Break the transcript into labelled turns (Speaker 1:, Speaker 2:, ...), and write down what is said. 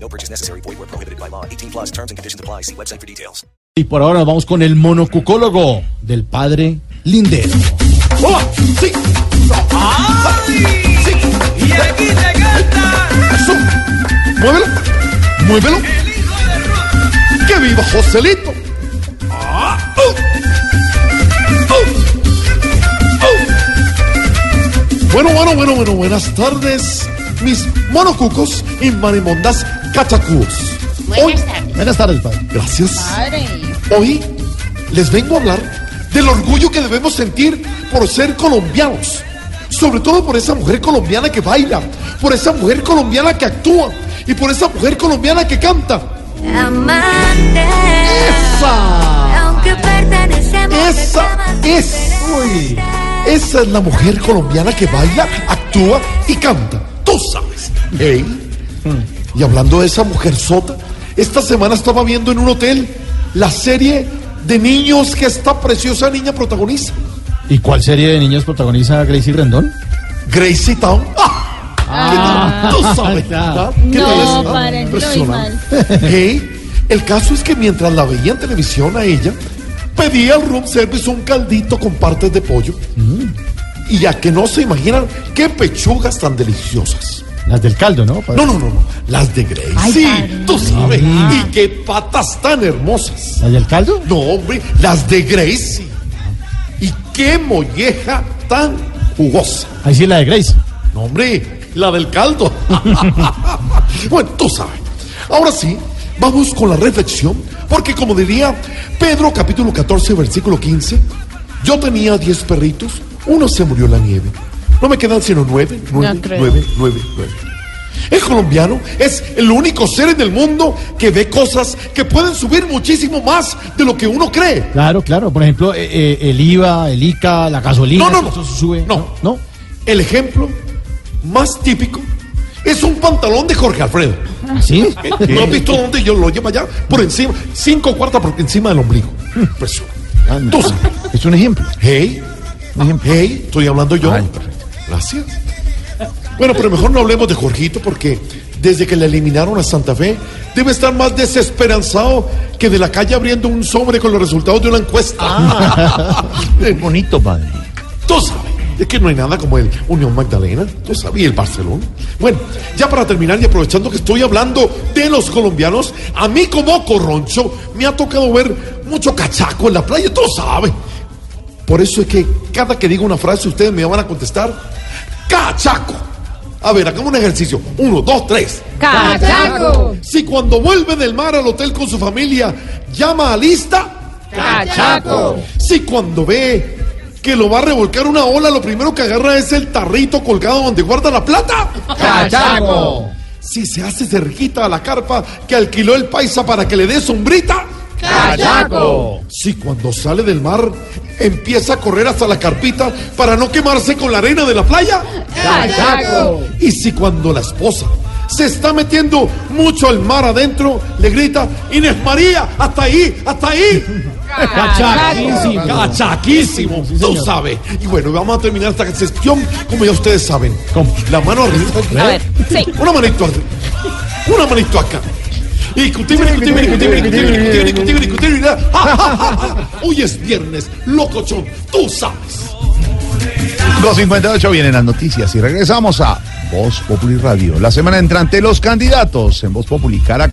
Speaker 1: No purchase necessary. Void where prohibited by law. 18 plus terms and conditions apply. See website for details.
Speaker 2: Y por ahora nos vamos con el monocucólogo del padre Lindero.
Speaker 3: ¡Oh! ¡Sí! ¡Ay! ¡Sí!
Speaker 4: Y aquí te canta
Speaker 3: ¡Eso! ¡Muévelo! ¡Muévelo!
Speaker 4: el hijo de Ruth.
Speaker 3: ¡Que viva Joselito! ¡Ah! ¡Uh! ¡Uh! ¡Uh! Bueno, bueno, bueno, bueno, buenas tardes, mis monocucos y marimondas cachacúos.
Speaker 5: Buenas
Speaker 3: Hoy-
Speaker 5: tardes.
Speaker 2: Buenas tardes, padre.
Speaker 3: Gracias.
Speaker 5: Padre,
Speaker 3: Hoy les vengo a hablar del orgullo que debemos sentir por ser colombianos. Sobre todo por esa mujer colombiana que baila, por esa mujer colombiana que actúa y por esa mujer colombiana que canta.
Speaker 6: Amante,
Speaker 3: ¡Esa!
Speaker 6: aunque pertenecemos a
Speaker 3: ¡Esa
Speaker 6: ramas
Speaker 3: es!
Speaker 6: diferentes.
Speaker 3: Uy, esa es la mujer colombiana que baila, actúa y canta. Tú sabes. Ey. Y hablando de esa mujer sota, esta semana estaba viendo en un hotel la serie de niños que esta preciosa niña protagoniza.
Speaker 2: ¿Y cuál serie de niños protagoniza Gracie Rendón?
Speaker 3: Gracie Town. ¡Ah! ¿Qué tal? Tú sabes,
Speaker 2: ya.
Speaker 3: ¿verdad? ¿Qué
Speaker 5: No,
Speaker 3: tal eso? Ah,
Speaker 5: padre, no,
Speaker 3: impresionante. Ey, el caso es que mientras la veía en televisión a ella, pedía al room service un caldito con partes de pollo. Y ya que no se imaginan qué pechugas tan deliciosas.
Speaker 2: Las del caldo, ¿no? padre?
Speaker 3: No, no, no, no. Las de Gracie. tú sabes. Y qué patas tan hermosas.
Speaker 2: ¿Las del caldo?
Speaker 3: No, hombre, las de Gracie. Y qué molleja tan jugosa.
Speaker 2: Ahí sí, la de Grace.
Speaker 3: No, hombre, la del caldo. bueno, tú sabes. Ahora sí, vamos con la reflexión, porque como diría Pedro capítulo 14, versículo 15, yo tenía 10 perritos, uno se murió en la nieve. No me quedan sino nueve, nueve,
Speaker 5: No creo.
Speaker 3: nueve, nueve, nueve. El colombiano es el único ser en el mundo que ve cosas que pueden subir muchísimo más de lo que uno cree.
Speaker 2: Claro, claro. Por ejemplo, eh, eh, el IVA, el ICA, la gasolina.
Speaker 3: No, no,
Speaker 2: eso
Speaker 3: no.
Speaker 2: sube.
Speaker 3: No.
Speaker 2: no.
Speaker 3: El ejemplo más típico es un pantalón de Jorge Alfredo.
Speaker 2: ¿Ah, ¿Sí?
Speaker 3: ¿Eh? ¿No has visto dónde yo lo llevo allá? Por encima, cinco cuartas por encima del ombligo. Pues, tú sabes.
Speaker 2: Es un ejemplo.
Speaker 3: Hey, hey, estoy hablando yo. Gracias. Bueno, pero mejor no hablemos de Jorgito porque desde que le eliminaron a Santa Fe, debe estar más desesperanzado que de la calle abriendo un sobre con los resultados de una encuesta.
Speaker 2: Bonito, padre.
Speaker 3: Tú sabes, es que no hay nada como el Unión Magdalena, tú sabes, y el Barcelona. Bueno, ya para terminar y aprovechando que estoy hablando de los colombianos, a mí como corroncho me ha tocado ver mucho cachaco en la playa, tú sabes. Por eso es que cada que digo una frase ustedes me van a contestar, cachaco. A ver, hagamos un ejercicio. Uno, dos, tres.
Speaker 5: cachaco,
Speaker 3: Si cuando vuelve del mar al hotel con su familia, llama a lista,
Speaker 5: cachaco,
Speaker 3: si cuando ve que lo va a revolcar una ola, lo primero que agarra es el tarrito colgado donde guarda la plata.
Speaker 5: cachaco,
Speaker 3: Si se hace cerquita a la carpa que alquiló el paisa para que le dé sombrita.
Speaker 5: cachaco,
Speaker 3: Si cuando sale del mar empieza a correr hasta la carpita para no quemarse con la arena de la playa.
Speaker 5: cachaco,
Speaker 3: Y si cuando la esposa se está metiendo mucho al mar adentro, le grita, Inés María, hasta ahí, hasta ahí.
Speaker 2: Cachaquísimo.
Speaker 3: Cachaquísimo, tú sabes. Y bueno, vamos a terminar esta sección como ya ustedes saben.
Speaker 2: ¿Cómo?
Speaker 3: La mano arriba.
Speaker 5: A ver, sí.
Speaker 3: Una manito arriba. Una manito acá. Y cutíbele, cutíbele, cutíbele, cutíbele, cutíbele, cutíbele, cutíbele, ja, ja, ja, ja. Hoy es viernes, locochón, tú sabes.
Speaker 7: 2.58 vienen las noticias y regresamos a Voz Populi Radio. La semana entrante los candidatos en Voz Populi Caracas.